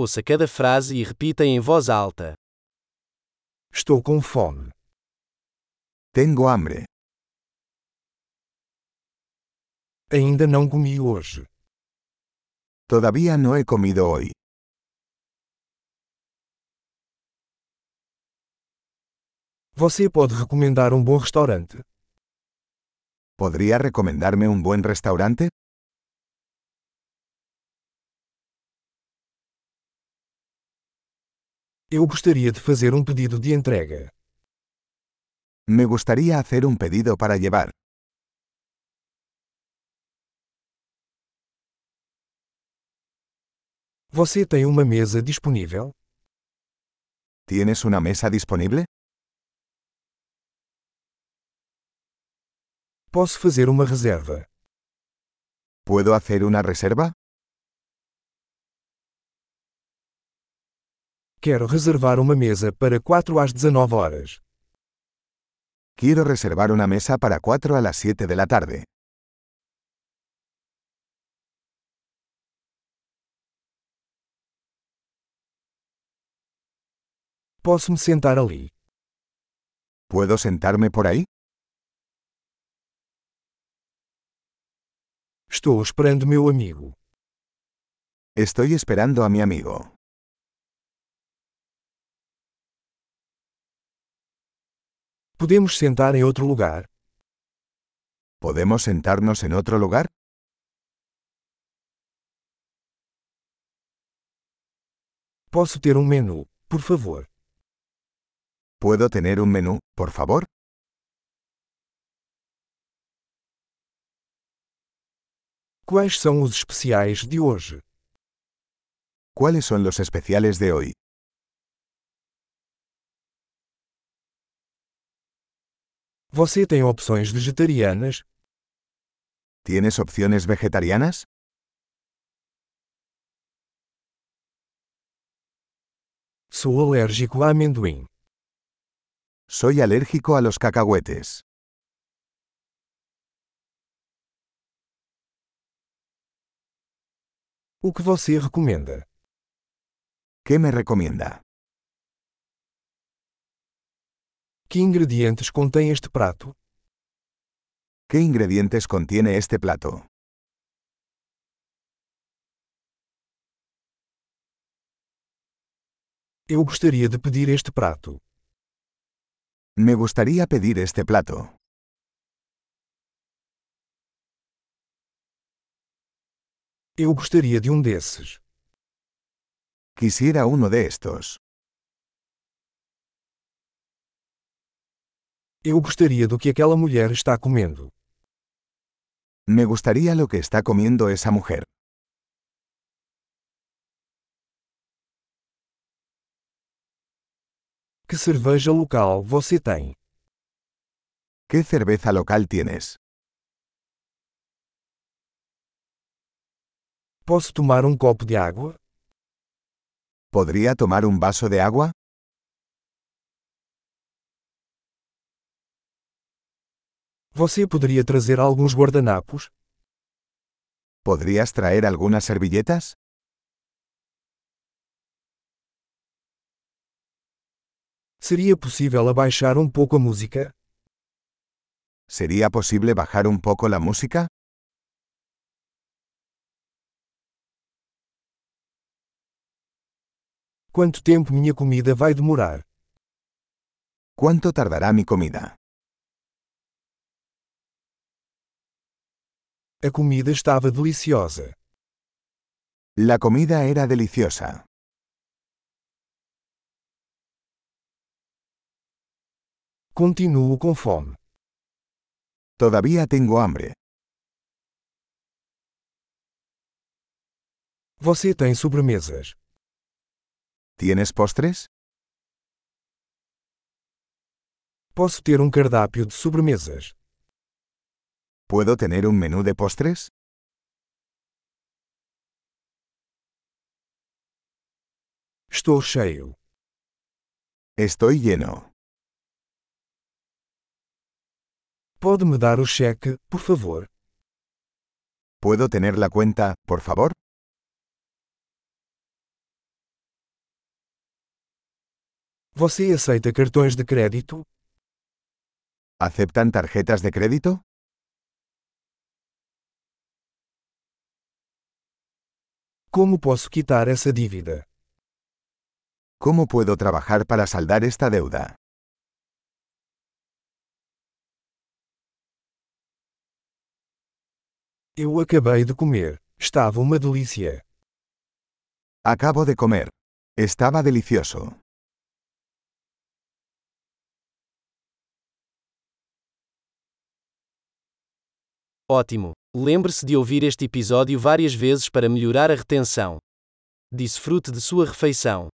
Ouça cada frase e repita em voz alta. Estou com fome. Tengo hambre. Ainda não comi hoje. Todavía no he comido hoy. Você pode recomendar um bom restaurante? ¿Podría recomendarme un buen restaurante? Eu gostaria de fazer um pedido de entrega. Me gustaría hacer un pedido para llevar. Você tem uma mesa disponível? ¿Tienes una mesa disponible? Posso fazer uma reserva. ¿Puedo hacer una reserva? Quero reservar uma mesa para 4 às 19 horas. Quiero reservar una mesa para 4 a las 7 de la tarde. Posso me sentar ali? ¿Puedo sentarme por ahí? Estou esperando meu amigo. Estoy esperando a mi amigo. Podemos sentar em outro lugar? ¿Podemos sentarnos en otro lugar? Posso ter um menu, por favor. ¿Puedo tener un menú, por favor? Quais são os especiais de hoje? ¿Cuáles son los especiales de hoy? Você tem opções vegetarianas? ¿Tienes opciones vegetarianas? Sou alérgico a amendoim. Soy alérgico a los cacahuetes. O que você recomenda? ¿Qué me recomienda? Que ingredientes contém este prato? ¿Qué ingredientes contiene este plato? Eu gostaria de pedir este prato. Me gustaría pedir este plato. Eu gostaria de um desses. Quisiera uno de estos. Eu gostaria do que aquela mulher está comendo. Me gustaría lo que está comiendo esa mujer. Que cerveja local você tem? ¿Qué cerveza local tienes? Posso tomar um copo de água? ¿Podría tomar un vaso de agua? Você poderia trazer alguns guardanapos? ¿Podrías traer algunas servilletas? Seria possível abaixar um pouco a música? ¿Sería posible bajar un poco la música? Quanto tempo minha comida vai demorar? ¿Cuánto tardará mi comida? A comida estava deliciosa. La comida era deliciosa. Continuo com fome. Todavía tengo hambre. Você tem sobremesas? ¿Tienes postres? Posso ter um cardápio de sobremesas? ¿Puedo tener un menú de postres? Estou cheio. Estoy lleno. Pode me dar o cheque, por favor? ¿Puedo tener la cuenta, por favor? Você aceita cartões de crédito? ¿Aceptan tarjetas de crédito? Como posso quitar essa dívida? ¿Cómo puedo trabajar para saldar esta deuda? Eu acabei de comer. Estava uma delícia. Acabo de comer. Estaba delicioso. Ótimo! Lembre-se de ouvir este episódio várias vezes para melhorar a retenção. Desfrute de sua refeição.